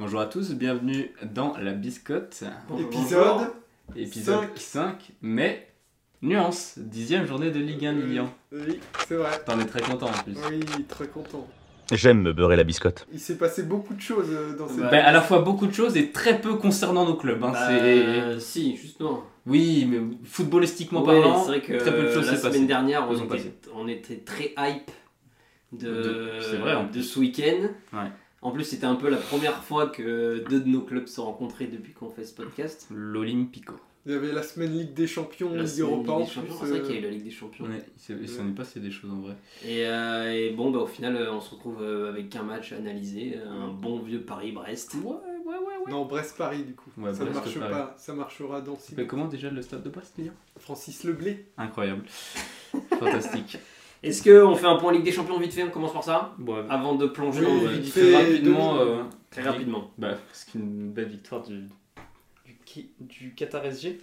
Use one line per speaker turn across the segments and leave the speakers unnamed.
Bonjour à tous, bienvenue dans la biscotte,
Bonjour,
Épisode
épisode 5, mais nuance, dixième journée de Ligue 1 Lyon.
Oui, c'est vrai.
T'en es très content en plus.
Oui, très content.
J'aime me beurrer la biscotte.
Il s'est passé beaucoup de choses euh, dans cette.
Bah, à la fois beaucoup de choses et très peu concernant nos clubs. hein,
Bah,
c'est-
si, justement.
Oui, mais footballistiquement
Ouais,
parlant,
c'est vrai que
très peu de choses
la
s'est
semaine
passé.
dernière, on
Ils ont
était,
passé.
on était très hype de,
De- c'est vrai, en
de
plus.
ce week-end.
Ouais.
En plus, c'était un peu la première fois que deux de nos clubs se rencontraient depuis qu'on fait ce podcast.
l'Olympico.
Il y avait la semaine Ligue des Champions,
La
Ligue
semaine
Europa
Ligue
en
des Champions,
plus.
c'est vrai
euh,
qu'il y a eu la Ligue des Champions.
Ouais, il s'est- il s'en est passé des choses en vrai.
Et, euh, et bon, bah, au final, euh, on se retrouve euh, avec un match analysé, un bon vieux Paris-Brest.
Non, Brest-Paris du coup.
Ouais,
ça ne
Brest,
marche
Paris.
pas. Ça marchera dans six
Mais
mois.
comment déjà le stade de Brest, Lyon
Francis Leblé.
Incroyable. Fantastique.
Est-ce qu'on fait un point Ligue des Champions vite fait On commence par ça
Bon, euh,
Avant de plonger
Oui,
dans le
vite
vif.
fait.
très rapidement,
deux-
euh,
Très rapidement.
Bah, parce qu'une belle victoire du, du, qui- du Qatar SG.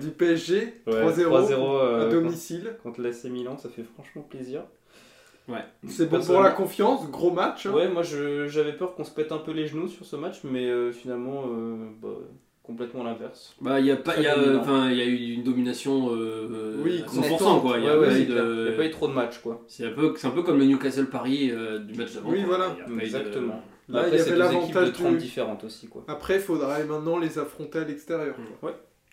du PSG.
Ouais,
3-0.
3-0, euh,
à domicile.
contre, contre l'AC Milan, ça fait franchement plaisir.
Ouais.
C'est bon pour
Personnellement-
la confiance. Gros match. hein.
Ouais, moi je- j'avais peur qu'on se pète un peu les genoux sur ce match, mais euh, finalement, euh, bah, complètement l'inverse.
Bah, il y a pas, il y a,
Très dominant.
enfin, il y a eu une domination euh,
Oui,
à
constante.
100% quoi. Il y
Ouais,
a
ouais,
pas eu
c'est
de-
clair. Il n'y a pas eu trop de matchs, quoi.
C'est un peu, c'est un peu comme le Newcastle Paris euh, du match d'avant.
Oui,
quoi.
voilà.
Il y a pas eu de-
Exactement.
Là, il
Après,
y
c'est
avait
deux équipes de
l'avantage
30
du-
différentes aussi, quoi.
Après, il faudra maintenant les affronter à l'extérieur.
Mm.
quoi.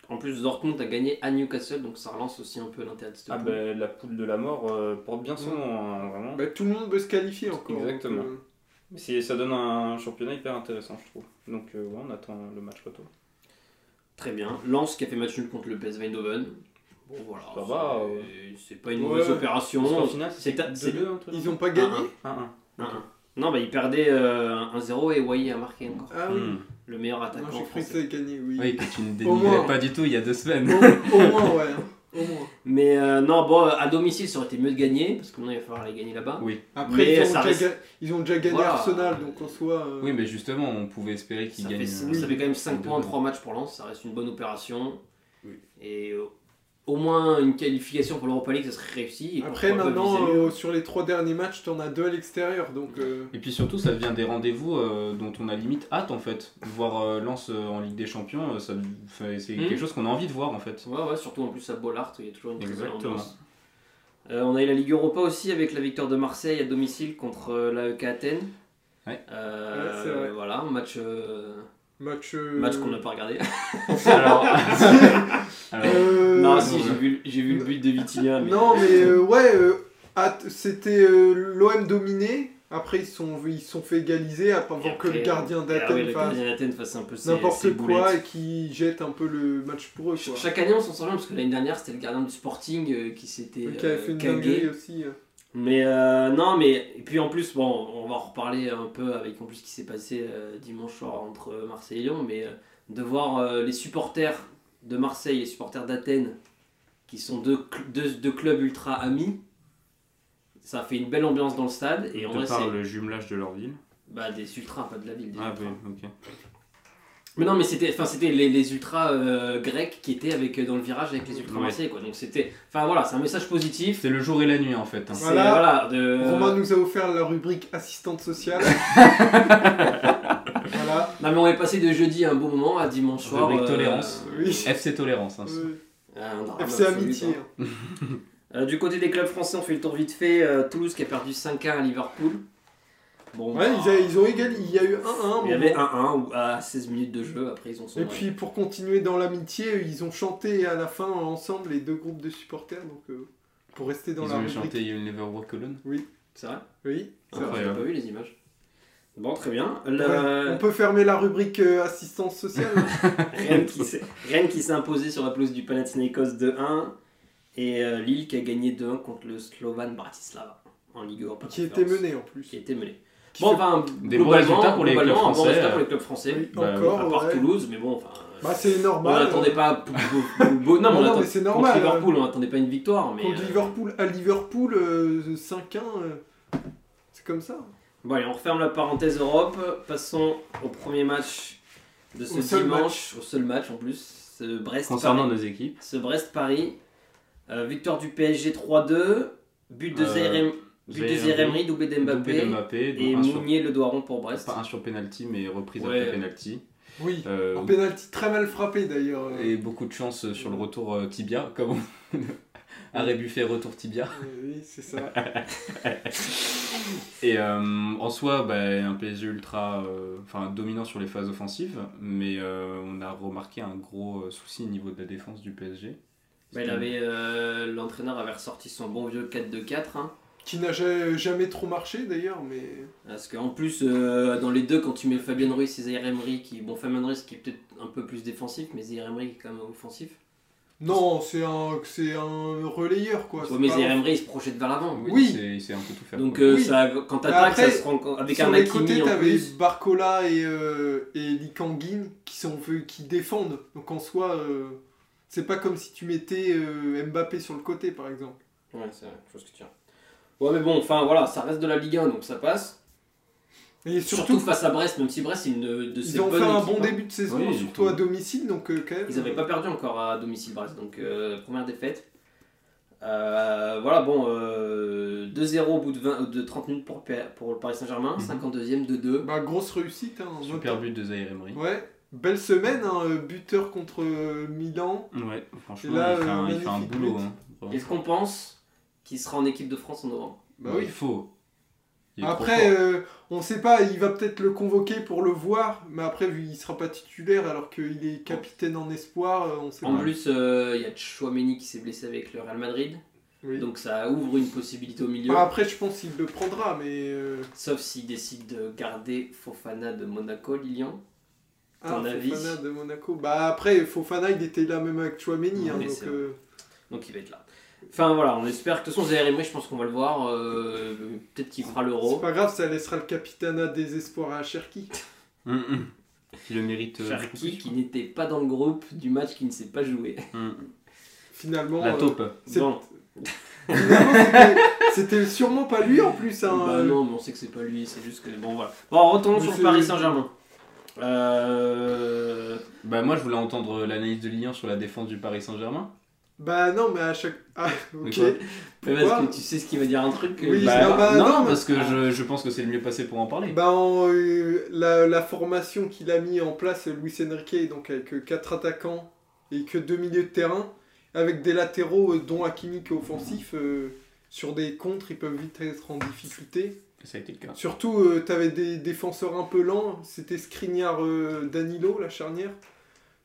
En plus, Dortmund a gagné à Newcastle, donc ça relance aussi un peu l'intérêt de cette
Ah
poule.
ben.
ben,
bah, la poule de la mort euh, porte bien son
Mm.
nom, hein, vraiment.
Bah, tout le monde peut se qualifier encore.
Exactement.
donc, euh,
Mais c'est- ça donne un championnat hyper intéressant, je trouve. Donc, euh, ouais, on attend le match retour.
Très bien. Lens qui a fait match nul contre le PSV Eindhoven. Bon voilà.
Ça va,
c'est- C'est pas une
Ouais.
mauvaise
Parce qu'en
opération.
finale,
c'est ta- c'est-
c'est 2-2, un truc
ils ont pas
Un, un.
gagné.
1-1.
Non, non, bah il perdait euh, 1-0 et Wai a marqué encore.
Ah oui.
Le meilleur
Non,
attaquant
J'ai cru que
français.
ça gagné. Oui.
Hmm. Oui, que tu ne
Au
dénigrais
moins.
pas du tout il y a deux semaines.
Au au moins, ouais. hein. Au moins.
Mais euh, non, bon, euh, à domicile ça aurait été mieux de gagner parce que maintenant il va falloir les gagner là-bas.
Oui.
Après,
Mais
ils ont,
ça
déjà
reste-
ga- ils ont déjà gagné
Voilà.
Arsenal, donc en soi. euh,
oui, mais justement, on pouvait espérer qu'il
Ça,
gagne.
fait,
euh,
ça fait quand même 5
deux
points en
points.
3 matchs pour Lens, ça reste une bonne opération.
Oui.
Et euh, au moins une qualification pour l'Europa League, ça serait réussi. et
Après,
pourquoi pas
maintenant,
viser hein.
euh,
mieux.
sur les trois derniers matchs, t'en as deux à l'extérieur, donc. euh,
Et puis surtout, ça devient des rendez-vous euh, dont on a limite hâte en fait. Voir euh, Lens euh, en Ligue des Champions, euh, ça- enfin, c'est
Mhm.
quelque chose qu'on a envie de voir en fait.
Ouais, ouais, surtout en plus à Bollard, il y a toujours une très bonne
Exactement.
ambiance. Euh, on a eu la Ligue Europa aussi avec la victoire de Marseille à domicile contre euh, l'AEK Athènes.
Ouais.
Euh,
Ouais, c'est vrai.
Voilà, un match, euh,
Match. euh,
match qu'on n'a pas regardé.
Alors, alors,
euh,
non,
non,
si,
ouais.
j'ai vu, j'ai vu le but de Vitinha. mais-
Non, mais euh, ouais, euh, at- c'était l'OM dominé. Après, ils se sont, ils se sont fait égaliser avant
Et
que
après,
le gardien
Ah ouais,
d'Athènes
le
fasse
gardien d'Athènes fasse un peu ses, ses
n'importe quoi
boulettes.
et qui jette un peu le match pour eux.
Ch-
Quoi.
Chaque année, on s'en sort bien parce que l'année dernière, c'était le gardien du Sporting euh, qui s'était
Qui avait
euh,
fait une
cagué.
dinguerie aussi. euh.
Mais euh, non, mais et puis en plus, bon, on va en reparler un peu avec en plus ce qui s'est passé euh, dimanche soir entre Marseille et Lyon, mais euh, de voir euh, les supporters de Marseille et les supporters d'Athènes, qui sont deux, cl- deux, deux clubs ultra amis, ça fait une belle ambiance dans le stade et en vrai,
de
c'est
par le jumelage de leur ville.
bah, des ultras, pas de la ville. Des
Ah oui,
ultras.
ok.
Mais non, mais c'était, enfin, c'était les, les ultras euh, grecs qui étaient avec, dans le virage avec les ultras
Ouais.
marseillais, quoi. Donc c'était, enfin voilà, c'est un message positif.
C'est le jour et la nuit en fait. hein.
C'est-
Voilà.
voilà, de-
Romain nous a offert la rubrique assistante sociale. voilà.
Non mais on est passé de jeudi à un bon moment à dimanche soir. euh,
Rubrique tolérance.
Oui.
FC Tolérance. hein.
Euh,
un drame
FC
absolu,
Amitié.
quoi. Euh, du côté des clubs français, on fait le tour vite fait. Euh, Toulouse qui a perdu 5-1 à Liverpool. Bon,
Ouais,
bah,
ils, a- ils ont égalisé. Il y a eu 1-1. bon.
Il y avait 1-1 ou à 16 minutes de jeu. Après, ils ont
Et
sombré.
puis pour continuer dans l'amitié, ils ont chanté à la fin ensemble les deux groupes de supporters, donc euh, pour rester dans
Ils
la
ont
rubrique.
chanté You'll Never Walk Alone.
c'est vrai.
Oui,
Ah,
c'est
J'ai
vrai.
Incroyable.
pas vu les images. Bon, très bien. Le-
Ouais, On peut fermer la rubrique euh, assistance sociale. hein,
Rennes qui s'est- Rennes qui s'est imposé sur la pelouse du Panathinaikos 2-1 et euh, Lille qui a gagné 2-1 contre le Slovan Bratislava en Ligue Europa.
qui était
Conférence.
menée en plus.
Qui était mené.
Qui
Bon, bah,
fait-
enfin,
Des bons
globalement-
résultats pour les clubs
globalement, un bon
français,
résultat
euh,
pour les clubs français.
oui,
bah,
encore.
à part
ouais.
Toulouse, mais bon, enfin.
Bah c'est
on
normal.
n'attendait pas. pou- pou- pou- pou- non, mais
Non,
on
non,
attend-
mais c'est
contre
normal. euh,
Liverpool, on n'attendait pas une victoire. Mais,
Contre
euh,
Liverpool, à Liverpool, euh, 5-1, euh, c'est comme ça.
Bon, allez, on referme la parenthèse Europe. Passons au premier match de ce
Au seul
dimanche, au seul match en plus. Ce Brest
Concernant nos équipes.
Ce Brest-Paris, euh, victoire du PSG 3-2, but de
Euh,
Zaire But de Ziremri, doublé
doublé de
d'Mbappé.
Mbappé,
Et
donc un sur-
Mounier le doigt rond pour Brest.
pas un sur penalty mais reprise
Ouais.
après penalty.
Oui.
Euh,
En pénalty très mal frappé d'ailleurs. euh.
et beaucoup de chance sur le retour euh, tibia, comme on... arrêt buffet retour tibia.
Euh, Oui, c'est ça.
Et euh, en soi, bah, un PSG ultra, euh, enfin dominant sur les phases offensives, mais euh, on a remarqué un gros euh, souci au niveau de la défense du PSG.
Bah, il avait, euh, L'entraîneur avait ressorti son bon vieux 4-2-4. hein.
Qui n'a ja- jamais trop marché d'ailleurs, mais.
Parce qu'en plus, euh, dans les deux, quand tu mets Fabien Ruiz et Zaire Emery, qui, bon, Fabien Ruiz qui est peut-être un peu plus défensif, mais Zaire Emery qui est quand même offensif.
Non, c'est un, c'est un relayeur quoi.
Ouais,
C'est
mais
pas-
Zaire Emery il se projette vers l'avant.
Ah Oui,
Oui.
il sait- il sait un peu tout faire.
Donc,
quoi.
euh,
Oui.
ça, quand t'attaques,
après,
ça se rencontre avec
Sur
un
les
Hakimi
côtés,
en
t'avais
plus.
Barcola et, euh, et Likanguin qui, sont, euh, qui défendent. Donc en soi, euh, c'est pas comme si tu mettais euh, Mbappé sur le côté par exemple.
Ouais, c'est vrai, chose que tu as. Ouais, mais bon, enfin voilà, ça reste de la Ligue 1, donc ça passe.
Et
Surtout,
surtout,
face à Brest, même si Brest, c'est une de ses
ils ont
bonnes
fait un
équipes,
bon
hein.
début de saison,
Oui,
surtout à domicile, donc euh, quand même.
Ils n'avaient pas perdu encore à domicile Brest, donc euh, première défaite. Euh, voilà, bon, euh, 2-0 au bout de, 20 de 30 minutes pour, P- pour le Paris Saint-Germain,
Mhm.
52e, 2-2.
Bah, grosse réussite. Hein, en
super
notant.
but de Zaire Emery.
Ouais, belle semaine, hein, euh, buteur contre euh, Milan.
Ouais, franchement,
Et là,
il, fait un,
euh,
il fait un
magnifique
boulot.
but.
hein, vraiment.
Est-ce qu'on pense qu'il sera en équipe de France en novembre
Bah
Ouais,
oui.
Il faut. Il est trop
Après,
fort.
euh, on sait pas, il va peut-être le convoquer pour le voir, mais après, vu qu'il sera pas titulaire alors qu'il est capitaine en espoir, euh, on sait
En
pas.
plus, euh, il y a Chouameni qui s'est blessé avec le Real Madrid,
Oui.
donc ça ouvre une possibilité au milieu.
Bah, après, je pense qu'il le prendra, mais. euh,
Sauf s'il décide de garder Fofana de Monaco, Lilian. Ton
ah,
avis
Fofana de Monaco. Bah après, Fofana, il était là même avec Chouameni, hein,
Oui,
donc.
c'est vrai.
euh,
Donc il va être là. Enfin voilà, on espère que de toute façon Zaire Emery, je pense qu'on va le voir. euh, Peut-être qu'il fera
C'est
l'euro.
pas grave, ça laissera le capitana des espoirs à Cherki. euh,
Hum, hum. Il le mérite. euh, beaucoup
Cherki
plus,
qui n'était pas dans le groupe du match qui ne s'est pas joué.
quoi. Hum.
Finalement,
La
euh,
taupe.
c'est-
Bon.
finalement, c'était- c'était sûrement pas lui en plus. Hein,
Bah
euh,
non, mais on sait que c'est pas lui, c'est juste que. Bon voilà. Bon, retournons
Mais
sur le
c'est-
Paris Saint-Germain. Euh,
Bah moi je voulais entendre l'analyse de Lilian sur la défense du Paris Saint-Germain.
Bah non, mais à chaque. Ah,
Mais
ok.
quoi
mais
Pourquoi
parce que tu sais ce qu'il va dire un truc. que-
Oui,
Bah,
non, bah,
non,
non, mais-
parce que je, je pense que c'est le mieux passé pour en parler.
Bah, en, euh, la, la formation qu'il a mis en place, Luis Enrique, donc avec euh, quatre attaquants et que deux milieux de terrain, avec des latéraux, euh, dont Hakimi qui est offensif, euh, sur des contres, ils peuvent vite être en difficulté.
Ça a été le cas.
Surtout, euh, t'avais des défenseurs un peu lents, c'était Skriniar euh, Danilo, la charnière.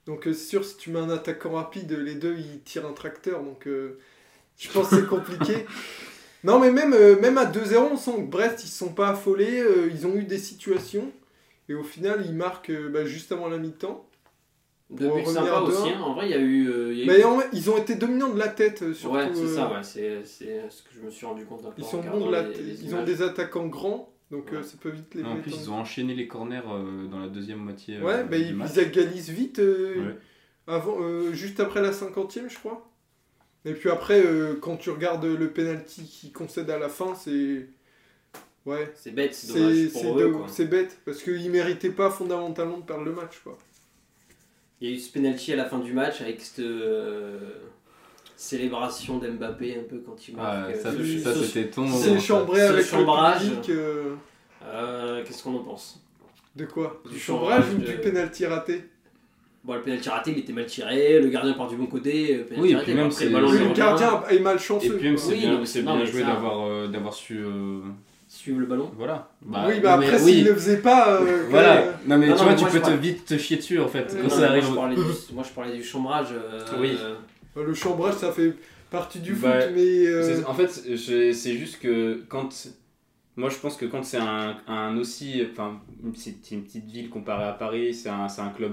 Donc, euh, c'est sûr, si tu mets un attaquant rapide, les deux ils tirent un tracteur, donc euh, je pense que c'est compliqué. Non, mais même, euh, même à 2-0, on sent que Brest, ils se sont pas affolés, euh, ils ont eu des situations, et au final, ils marquent euh, bah, juste avant la mi-temps.
Deux
Bon,
buts
revenir
sympas
à
aussi.
dehors.
hein. En vrai, il y a eu. euh, il y a eu-
Mais en- ils ont été dominants de la tête, euh, surtout.
ouais, c'est
euh,
ça, ouais, c'est c'est ce que je me suis rendu compte après
Ils
en
sont
regardant
bons de la
les-
tête,
les
ils
images.
ont des attaquants grands, donc euh,
Ouais.
ça peut vite les
en
mettre
plus
en-
ils ont enchaîné les corners euh, dans la deuxième moitié. euh,
Ouais, bah,
du
ils,
match.
ils égalisent vite, euh,
Ouais.
avant, euh, juste après la cinquantième, je crois. Et puis après, euh, quand tu regardes le penalty qu'ils concèdent à la fin, c'est. Ouais,
C'est bête, c'est
c'est
dommage
c'est
pour eux.
de-
quoi.
c'est bête, parce qu'ils méritaient pas fondamentalement de perdre le match, quoi.
Il y a eu ce penalty à la fin du match avec cette euh, célébration d'Mbappé un peu quand il
Ah,
marque. euh,
ça,
c'est-
ça,
ce-
c'était ton moment.
C'est chambré
Ce
avec
chambrage.
le public. euh,
Euh, Qu'est-ce qu'on en pense
de quoi Du
Du
chambrage
chambrage euh,
ou
de-
du penalty raté
Bon, le penalty raté, il était mal tiré, le gardien part du bon côté. euh, penalty
Oui, et
raté,
puis même,
après,
c'est-
le ballon
Oui,
lui
Le
revient,
gardien est
Et
malchanceux.
puis même,
quoi.
c'est
Oui,
bien,
mais
c'est
non,
bien
mais
joué
ça-
d'avoir euh, d'avoir su. euh,
suivre le ballon.
voilà.
oui, bah
non, mais
après,
oui,
s'il le faisait pas. euh,
Voilà.
que-
Non mais
Non,
tu
non,
vois,
mais
tu
moi,
peux
je
te
parle- Euh,
vite te chier dessus en fait
Ouais,
quand
Non,
ça
mais
arrive.
moi, je parlais du, moi, je parlais du chambrage. euh,
Oui.
euh,
Le chambrage, ça fait partie du
Bah,
foot, mais. euh,
C'est- En fait, je- c'est juste que quand. Moi, je pense que quand c'est un, un aussi. Enfin, une petite, une petite ville comparée à Paris, c'est un, c'est un club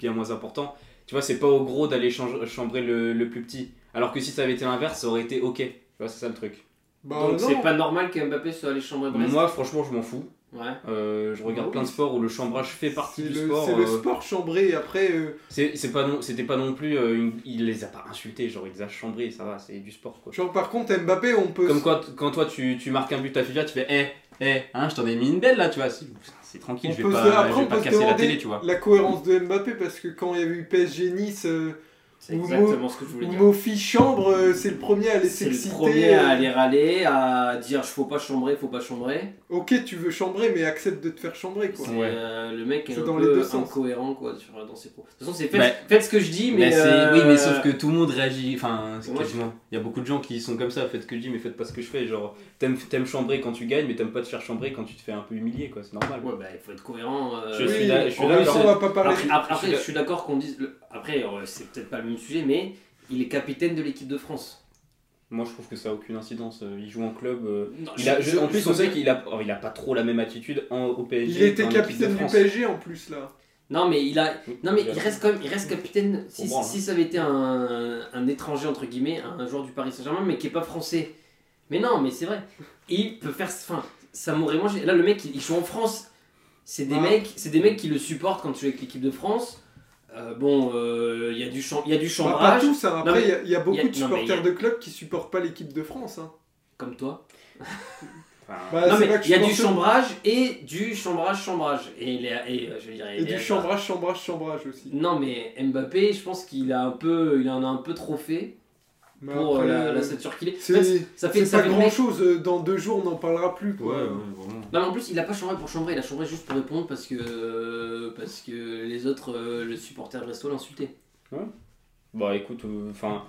bien moins important. Tu vois, c'est pas au gros d'aller change- chambrer le, le plus petit. Alors que si ça avait été l'inverse, ça aurait été ok. Tu vois, c'est ça le truc.
bah,
donc
non.
c'est pas normal que Mbappé soit allé chambrer Brest.
Moi, franchement, je m'en fous.
Ouais.
Euh, je regarde
Bah Oui.
plein de sports où le chambrage fait partie
C'est
du
le,
sport.
c'est le
euh,
sport chambré. Après, euh,
c'est- c'est pas non- C'était pas, non plus. euh, une- il les a pas insultés, genre il les a chambrés, ça va, c'est du sport quoi.
genre, par contre, Mbappé, on peut.
Comme quand, quand toi tu, tu marques un but à FIFA, tu fais eh, eh, hein, je t'en ai mis une belle là, tu vois. C'est c'est tranquille,
on
je
peut
vais
se-
pas,
après,
je vais
on
pas
peut se
casser la
demander
télé, tu vois.
La cohérence de Mbappé, parce que quand il y avait eu PSG Nice, euh,
C'est exactement ce que je voulais dire.
Mofi chambre, euh, c'est le premier à les euh.
C'est le
s'exciter.
premier à aller râler, à dire faut pas chambrer, faut pas chambrer.
Ok, tu veux chambrer, mais accepte de te faire chambrer quoi.
C'est,
Ouais.
euh, le mec est,
C'est
un
dans les deux
peu
sens.
incohérent quoi, sur- dans ses propos. De toute façon, c'est faites,
Bah,
faites ce que je dis, mais.
Mais c'est-
euh,
Oui, mais sauf que tout le monde réagit. Enfin,
Mais moi,
quasiment. Il y a beaucoup de gens qui sont comme ça. Faites ce que je dis, mais faites pas ce que je fais. Genre, t'aimes t'aimes chambrer quand tu gagnes, mais t'aimes pas te faire chambrer quand tu te fais un peu humilier, quoi. C'est normal.
Ouais, bah, il faut être cohérent. euh,
Je suis d'a- je suis
en
d'accord.
plus, on va pas parler.
Après, après,
je suis
je
d'a-
suis d'accord qu'on dise. le- Après, euh, c'est peut-être pas le même sujet, mais il est capitaine de l'équipe de France.
Moi, je trouve que ça a aucune incidence. Euh, Il joue en club. euh,
Non,
Il
je-
a,
je-
je- en plus,
je-
on sait qu'il a, oh, il a pas trop la même attitude en, au PSG.
Il était
qu'en équipe de
capitaine du
France.
PSG en plus là.
Non, mais il a. Non, mais
Il a-
il reste quand même. Il reste capitaine. Si,
branle, hein.
si ça avait été un, un étranger, entre guillemets, un joueur du Paris Saint-Germain, mais qui est pas français. Mais non, mais c'est vrai. Il peut faire. Enfin, ça m'aurait mangé. Là, le mec, il, il joue en France. C'est des,
Ouais.
mecs, c'est des mecs qui le supportent quand tu joues avec l'équipe de France. Euh, bon, euh, il y a du cham- il y a du
Bah, pas
chambrage,
tous, hein.
Non,
après
mais-
il y a- il y, a beaucoup
il y a-
de
non, mais il y a-
supporters de clubs qui supportent pas l'équipe de France. hein.
comme toi.
Enfin,
Bah,
non
c'est
mais
là que
il y a
je
du
pense-
chambrage et du chambrage chambrage et il est et, euh, je veux dire, il
Et
est-
du chambrage, chambrage, chambrage aussi.
Non mais Mbappé, je pense qu'il a un peu il en a un peu trop fait
Mais
pour euh,
après,
la, la
euh,
stature qu'il est. En fait,
C'est
ça fait
c'est
ça
pas
fait le mec-
grand chose, dans deux jours on n'en parlera plus
Ouais, ouais,
quoi.
vraiment.
Non mais en plus, il a pas chambré pour chambrer, il a chambré juste pour répondre parce que euh, parce que les autres euh, le supporter Bresto l'insultaient.
bah, écoute, euh, enfin,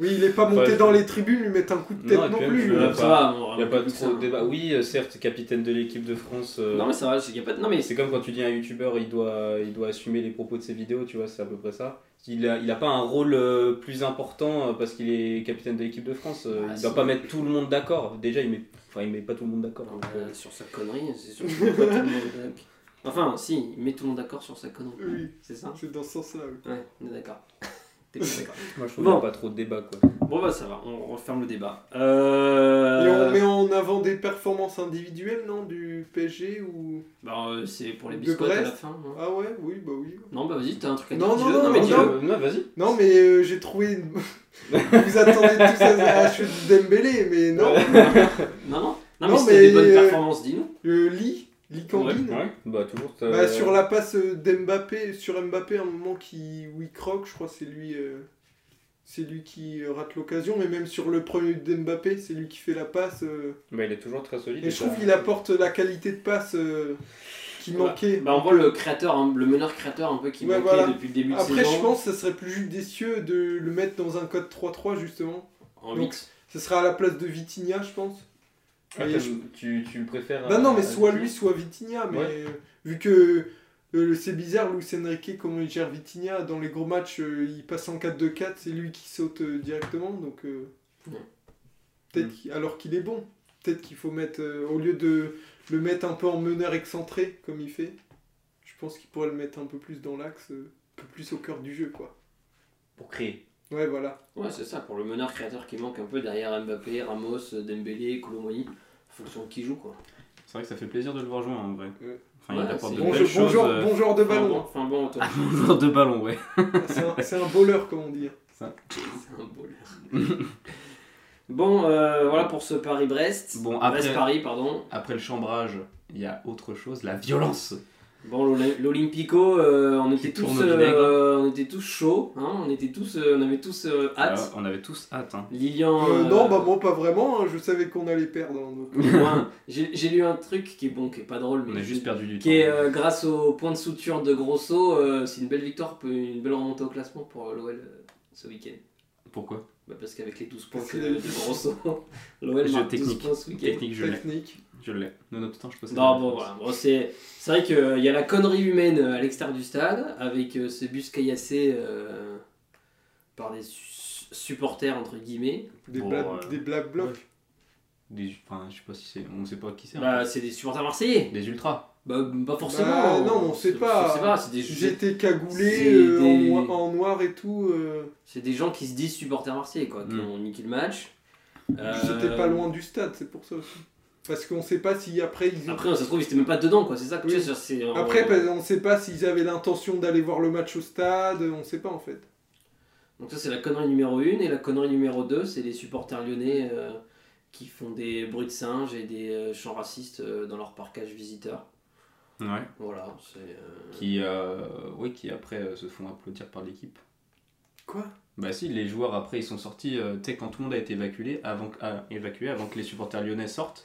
Oui, il est pas monté
Ouais,
dans
je-
les tribunes, lui mettre un coup de
Non,
tête
et
non,
puis même,
plus.
je-
euh.
Ouais,
ça
bah,
va, on-
il y a pas
ça,
trop de
hein.
débat. Oui, euh, certes, capitaine de l'équipe de France. euh,
Non mais ça va, c'est- il y a pas de- non mais
C'est comme quand tu dis à un youtubeur, il doit, il doit assumer les propos de ses vidéos, tu vois, c'est à peu près ça. Il a, il a pas un rôle euh, plus important euh, parce qu'il est capitaine de l'équipe de France. euh,
Ah,
il
si.
doit pas mettre tout le monde d'accord. Déjà, il met, enfin, il met pas tout le monde d'accord.
Non,
donc,
mais,
euh,
euh, sur sa connerie, c'est sûr qu'il met pas tout le monde d'accord. Enfin, si, il met tout le monde d'accord sur sa connerie.
Oui,
C'est ça
c'est dans ce sens-là. oui.
Ouais, on est d'accord. T'es pas d'accord.
moi, je trouve
Bon.
qu'il y a pas trop de débat, quoi.
Bon bah ça va, on referme le débat.
Et
Euh...
on met en avant des performances individuelles, non Du PSG ou.
bah, euh, c'est pour les
De
biscottes à la
Brest
fin. hein.
Ah ouais, oui, bah oui.
Non bah vas-y, t'as un truc à dire.
Non,
dis-le.
non,
Non, mais
non,
dis-le.
non.
Non, vas-y.
Non, mais euh, j'ai trouvé. une- Vous attendez tous à la chute de Dembélé, mais non.
Euh, Non, non, non, mais
Non,
c'était des
mais,
bonnes
euh,
performances, dis-nous.
Le Euh, Lee, Lee Cambine.
Ouais, bah, toujours. t'as-
Bah, sur la passe euh, d'Mbappé, sur Mbappé, un moment qui, où il croque, je crois que c'est lui, euh, c'est lui qui euh, rate l'occasion, mais même sur le premier d'Mbappé, c'est lui qui fait la passe. euh,
Bah, il est toujours très solide.
et
et
je trouve
ça-
qu'il apporte la qualité de passe euh, qui
Voilà.
manquait.
Bah on voit le créateur, hein, le meneur créateur un peu qui
Ouais,
manquait
voilà.
depuis le début de
Après,
saison.
je pense que ça serait plus judicieux de le mettre dans un code 3-3, justement.
En
Donc,
8.
Ce serait à la place de Vitinha, je pense.
Ah,
Mais
t'as-
je- Bah,
tu, tu le préfères.
Non,
à-
non, mais
à-
euh,
soit lui, soit Vitinha. Mais
Ouais.
euh, vu que euh, c'est bizarre, Luis Enrique, comment il gère Vitinha, dans les gros matchs, euh, il passe en 4-2-4, c'est lui qui saute euh, directement. Donc, euh,
Ouais.
peut-être
Mm.
qu'il- alors qu'il est bon, peut-être qu'il faut mettre, euh, au lieu de le mettre un peu en meneur excentré, comme il fait, je pense qu'il pourrait le mettre un peu plus dans l'axe, euh, un peu plus au cœur du jeu, quoi.
Pour créer.
Ouais, voilà.
Ouais, c'est ça, pour le meneur créateur qui manque un peu derrière Mbappé, Ramos, Dembélé, Colomoni, en fonction de qui joue quoi.
C'est vrai que ça fait plaisir de le voir jouer en vrai.
Ouais.
Enfin, il
Ouais,
apporte
c'est-
de
Bon,
belles
jeu- bon
choses.
genre,
euh,
bon genre de
Enfin bon,
ballon.
enfin bon, toi.
bon joueur de ballon, ouais.
c'est un, c'est un bowler, comme on dit.
c'est un boleur. bon, euh, voilà pour ce Paris-Brest.
Bon, après-
Brest-Paris, pardon.
Après le chambrage, il y a autre chose, la violence.
Bon, l'Oly- l'Olympico, euh, on, était
Qui
tous,
tourne au vinaigre.
euh, on était tous chauds, hein, on, était tous, euh, on avait tous euh, hâte.
Voilà, on avait tous hâte. hein.
Lilian.
Euh,
euh,
non, bah moi, pas vraiment, hein, je savais qu'on allait perdre. hein, donc.
moi, j'ai j'ai lu un truc qui est bon, qui est pas drôle, mais
On a juste perdu du temps.
qui est euh, grâce au point de suture de Grosso, euh, c'est une belle victoire, une belle remontée au classement pour euh, l'OL euh, ce week-end.
Pourquoi
Bah, parce qu'avec les 12 points
Parce
que-
qu'il a eu
de Grosso, l'OL
Jeu
marque 12
technique.
points ce week-end.
Technique, je l'ai.
Technique.
Je l'ai. Nonobstant, je possède.
Non,
la
bon,
réponse.
voilà. Bon, c'est c'est vrai qu'il y a la connerie humaine euh, à l'extérieur du stade, avec euh, ce bus caillassé euh, par des su- supporters, entre guillemets.
Des,
Bon,
black,
euh,
des black blocs.
Des- enfin, je sais pas si c'est. On sait pas qui c'est.
Bah,
hein.
c'est des supporters marseillais.
Des ultras.
Bah, pas forcément.
Bah, non, on sait
C'est-
pas.
on sait pas, c'est des, c'est-
J'étais cagoulé
C'est
euh, en,
des-
moi- en noir et tout. euh,
c'est des gens qui se disent supporters marseillais, quoi, qui
Mm.
ont niqué le match.
J'étais
Euh,
pas loin du stade, c'est pour ça aussi. Parce qu'on sait pas si après ils ont-
Après, ça se trouve, ils étaient même pas dedans, quoi. C'est ça que tu
Oui.
sais, c'est- euh, on-
Après, parce- on sait pas s'ils avaient l'intention d'aller voir le match au stade, on sait pas en fait.
Donc ça c'est la connerie numéro 1 et la connerie numéro 2 c'est les supporters lyonnais euh, qui font des bruits de singes et des euh, chants racistes euh, dans leur parcage visiteur.
Ouais.
Voilà, c'est... euh,
Qui, euh, oui, qui après euh, se font applaudir par l'équipe.
Quoi
Bah si, les joueurs après ils sont sortis, euh, tu sais, quand tout le monde a été évacué avant, que- ah, évacué avant que les supporters lyonnais sortent,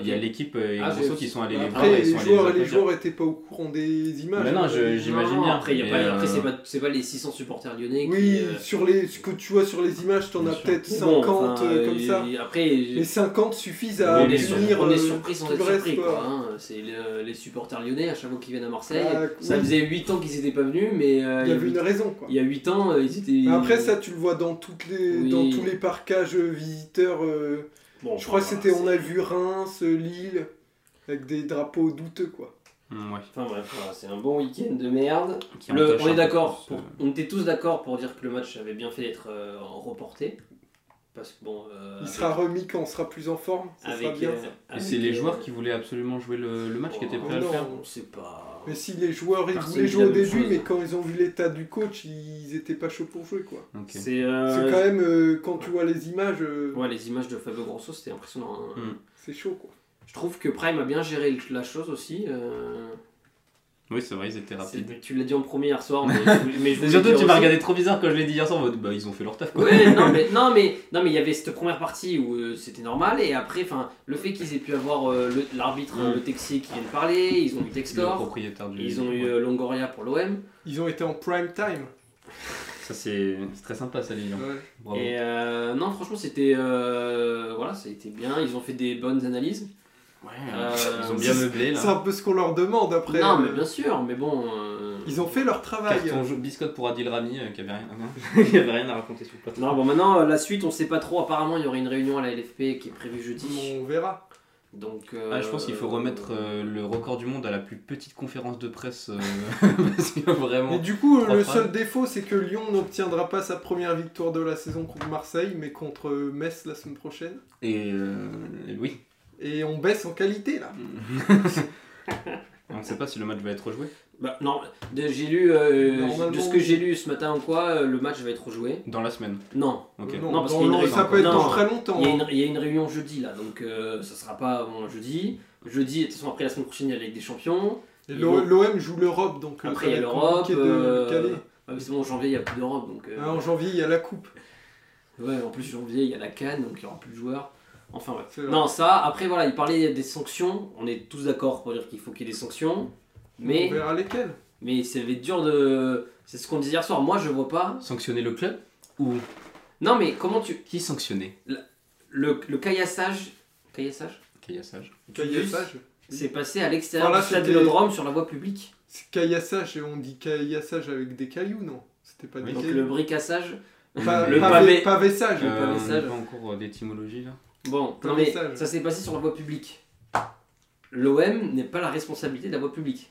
il y a l'équipe euh, et
Ah,
Grosso
j'ai-
qui sont allés les voir
Après,
et ils
les,
sont allés
joueurs, les
applaudir.
joueurs étaient pas au courant des images.
Bah non,
hein.
je- j'imagine
Non,
bien,
Après, il y a
mais,
pas, après,
euh,
c'est pas, c'est pas les 600 supporters lyonnais
Oui,
qui. euh,
sur les, ce que tu vois sur les images, t'en
Bien
as
sûr.
peut-être
bon,
50
enfin,
euh, comme
euh,
ça.
et Après,
Les 50 suffisent à euh,
Oui, mais
on, est
les
sur-
sur-
venir.
on est surpris sans être surpris.
quoi.
quoi, hein. C'est le- les supporters lyonnais à chaque fois qu'ils viennent à Marseille.
Bah,
ça
oui.
faisait 8 ans qu'ils n'étaient pas venus, mais euh,
Il y avait une raison, quoi.
il y a 8 ans, euh, ils étaient.
Mais après, ça, tu le vois dans, toutes les,
Oui.
dans tous les parcages euh, visiteurs. euh,
Bon, bah,
je crois que
enfin,
c'était, on
voilà,
a vu Reims, euh, Lille, avec des drapeaux douteux, quoi.
Mm, ouais.
c'est- Enfin bref, voilà, c'est un bon week-end de merde.
Qui
Le-
entache
on
un
est
peu
d'accord,
plus,
pour-
euh,
on était tous d'accord pour dire que le match avait bien fait d'être euh, reporté. Parce que bon. euh,
Il sera remis quand on sera plus en forme. Ça
avec,
sera bien,
euh,
ça.
Et
avec,
c'est les
euh, Oh,
joueurs qui voulaient absolument jouer le, le match qui était prêt à le
Non.
faire.
On sait pas.
Mais si les joueurs, ils
Personne
voulaient
dit
jouer
la
au
même
début,
chose.
mais quand ils ont vu l'état du coach, ils étaient pas chauds pour jouer, quoi.
Ok.
C'est. euh,
C'est quand même, euh, quand tu vois les images, euh,
Ouais, les images de Fabio Grosso, c'était impressionnant. hein.
Mm.
c'est chaud, quoi.
Je trouve que Prime a bien géré le- la chose aussi. euh,
Oui, c'est vrai, ils étaient rapides.
c'est- tu l'as dit en premier hier soir, mais je voulais- mais je voulais
Surtout,
dire
tu m'as
aussi-
regardé trop bizarre quand je l'ai dit hier soir en mode bah ils ont fait leur taf quoi.
Ouais, non mais non mais non mais il y avait cette première partie où euh, c'était normal et après enfin le fait qu'ils aient pu avoir euh, le- l'arbitre
Mm.
euh, le Texier qui vient de parler, ils ont eu
Le
Textor,
propriétaire du.
ils ont eu euh, Longoria pour l'OM
Ils ont été en prime time.
Ça, c'est c'est très sympa ça, les gens.
Ouais.
Bravo.
et euh, non franchement c'était euh, voilà, ça a été bien, ils ont fait des bonnes analyses.
Ouais,
Euh,
ils ont bien meublé là.
C'est un peu ce qu'on leur demande après.
non,
euh,
mais bien sûr, mais bon euh,
Ils ont fait leur travail.
Carton jaune- biscotte pour Adil Rami euh, qui avait rien, qui avait rien à raconter sur le plateau.
Non, bon maintenant euh, la suite, on sait pas trop, apparemment il y aurait une réunion à la LFP qui est prévue jeudi.
On verra.
Donc euh,
Ah, je pense qu'il faut remettre euh, le record du monde à la plus petite conférence de presse. euh, parce que
Mais
vraiment.
du coup,
Trois
le
phrases.
seul défaut, c'est que Lyon n'obtiendra pas sa première victoire de la saison contre Marseille, mais contre euh, Metz la semaine prochaine.
Et euh, oui.
Et on baisse en qualité là.
On ne sait pas si le match va être rejoué.
Bah, non, de, j'ai lu, euh,
Normalement-
de ce que j'ai lu ce matin ou quoi, euh, le match va être rejoué.
Dans la semaine.
Non,
Ok.
Euh, Non,
Non, parce
dans
qu'il y a une
l'an-
raison,
ça
quoi.
peut être
Non.
dans très longtemps.
il y, a
hein.
une, il y a une réunion jeudi là, donc euh, ça sera pas avant jeudi. Jeudi, de toute façon, après la semaine prochaine, il y a la Ligue des Champions.
Et l'O- L'OM joue l'Europe, donc euh,
Après,
ça
il y a
va être
l'Europe.
compliqué de
euh,
le caler.
ah, mais c'est bon, en janvier, il n'y a plus d'Europe, donc. euh,
Ah, En janvier, il y a la coupe.
Ouais, en plus, janvier, il y a la Cannes, donc il n'y aura plus de joueurs. Enfin, ouais.
C'est vrai.
Non, ça, après, voilà, il parlait des sanctions. On est tous d'accord pour dire qu'il faut qu'il y ait des sanctions. Mais,
On verra lesquels.
mais ça va être dur de. C'est ce qu'on disait hier soir. Moi, je vois pas.
Sanctionner le club ou
Non, mais comment tu.
qui sanctionner
Le, le caillassage. Caillassage
Caillassage.
Caillassage.
C'est passé à l'extérieur
Voilà,
du stade
c'était-
Vélodrome sur la voie publique.
C'est caillassage, et on dit caillassage avec des cailloux, non C'était pas
Oui,
des
Donc
cailloux.
le bricassage.
Pa-
le pavé.
pavé- Pavessage.
Euh,
on
message.
n'est pas en cours euh, d'étymologie là.
Bon,
Pas
non mais
message.
ça s'est passé sur la voie publique. L'OM n'est pas la responsabilité de la voie publique.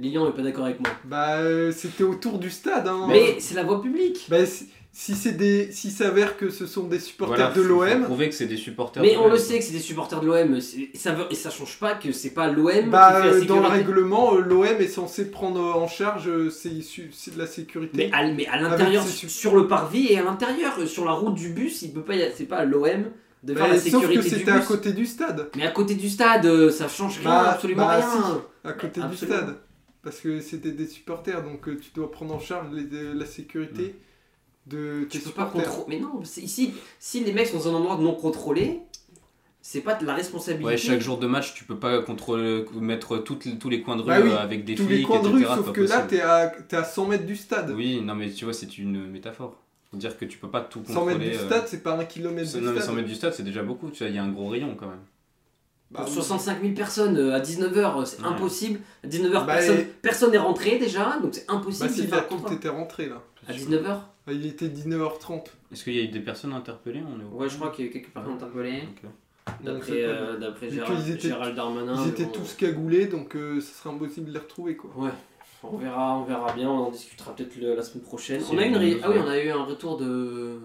Lyon n'est pas d'accord avec moi.
Bah, euh, c'était autour du stade. Hein.
Mais c'est la voie publique.
Bah, si si c'est des, si s'avère que ce sont des supporters
Voilà,
de
faut- faut
l'OM,
Prouver que c'est des supporters.
Mais
de
on
l'OM.
le sait que c'est des supporters de l'OM. c'est- Ça veut... Et ça change pas que c'est pas l'OM qui
bah,
fait la
euh, dans le
sécurité.
règlement, euh, l'OM est censé prendre euh, en charge euh, ses su- c'est de la sécurité.
Mais à, mais à l'intérieur,
ses
sur
sup-
sur le parvis et à l'intérieur, euh, sur la route du bus, il peut pas. y a- C'est pas à l'OM de faire
Bah,
la
sauf que
sécurité du
c'était
bus.
à côté du stade.
Mais à côté du stade, euh, ça change rien,
Bah,
absolument
bah,
rien.
si. À côté du
absolument.
stade. Parce que c'était des supporters, donc euh, tu dois prendre en charge les- de- la sécurité de tes
Mm. Tu peux pas
supporters.
contrôler. Mais non, c'est- si, si les mecs sont dans un endroit non contrôlé, c'est pas de la responsabilité.
Ouais, chaque jour de match, tu peux pas contrôler, mettre toutes les- tous les coins de rue
Bah oui,
euh, avec des
Tous
flics,
les coins de
etc.
rue,
c'est
sauf
pas
que là,
possible.
t'es à, t'es à 100 mètres du stade.
Oui, non, mais tu vois, c'est une métaphore. Faut dire que tu peux pas tout
100
contrôler.
mètres du
euh,
stade, c'est pas un kilomètre
c'est-
du
Non, mais 100
stade.
mètres du stade, c'est déjà beaucoup. Tu vois, il y a un gros rayon quand même.
Bah,
Pour 65 000 personnes euh, à 19h, c'est
Ouais.
impossible. À 19h,
Bah,
personne,
et-
personne n'est rentré déjà, donc c'est impossible
bah,
de
si,
faire
là, tout
comprendre.
était rentré là.
À 19h
Ah, Il était 19h30.
Est-ce qu'il y a eu des personnes interpellées On est au-
Ouais, je crois qu'il y a eu quelques personnes interpellées.
Ok.
On
D'après
sait pas.
euh, d'après
Mais
Gérald,
qu'ils étaient-
Gérald Darmanin.
Ils
mais
étaient
bon,
tous cagoulés, donc euh, ça sera impossible de les retrouver quoi.
Ouais. On verra, on verra bien, on en discutera peut-être le- la semaine prochaine.
C'est
On a, une ré-
une
ah oui,
nouvelle.
on a eu un retour de,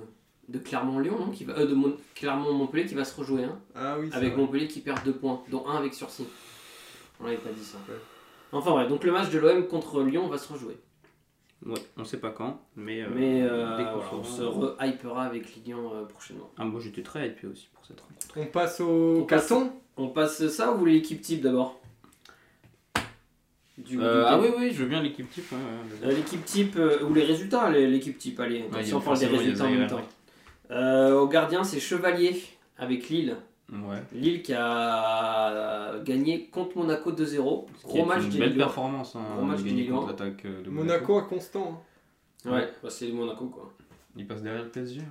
de Clermont-Lyon, non, qui va- euh, de Mon- Clermont-Montpellier qui va se rejouer. Hein.
Ah oui, c'est
Avec
vrai.
Montpellier qui perd 2 points, dont un avec sursis. On l'avait pas dit ça.
Ouais.
Enfin bref, donc le match de l'OM contre Lyon va se rejouer.
Ouais, on sait pas quand, mais. euh,
Mais euh,
dès qu'on
voilà, on se
saura-
re-hypera avec Lyon euh, prochainement.
Ah, moi j'étais très hypé aussi pour cette rencontre.
On passe au
On passe-
carton.
On passe ça ou vous voulez l'équipe type d'abord du
Euh,
week-end
ah oui, oui, je veux bien l'équipe type. ouais, ouais,
Euh,
ouais.
L'équipe type, euh, ou les résultats, les- l'équipe type, allez,
Ouais, il y
si
a
on parle des
forcément, il y a
résultats en
Zaire
même temps. Euh, au gardien, c'est Chevalier avec Lille.
Ouais.
Lille qui a gagné contre Monaco 2-0. Gros match
une
des
belle
Lillois.
performance. Hein,
Gros match
de
des
gagner
Lillois.
contre l'attaque euh, de Monaco.
Monaco à Constant. hein.
Ouais, bah, c'est Monaco quoi.
Il passe derrière le PSG.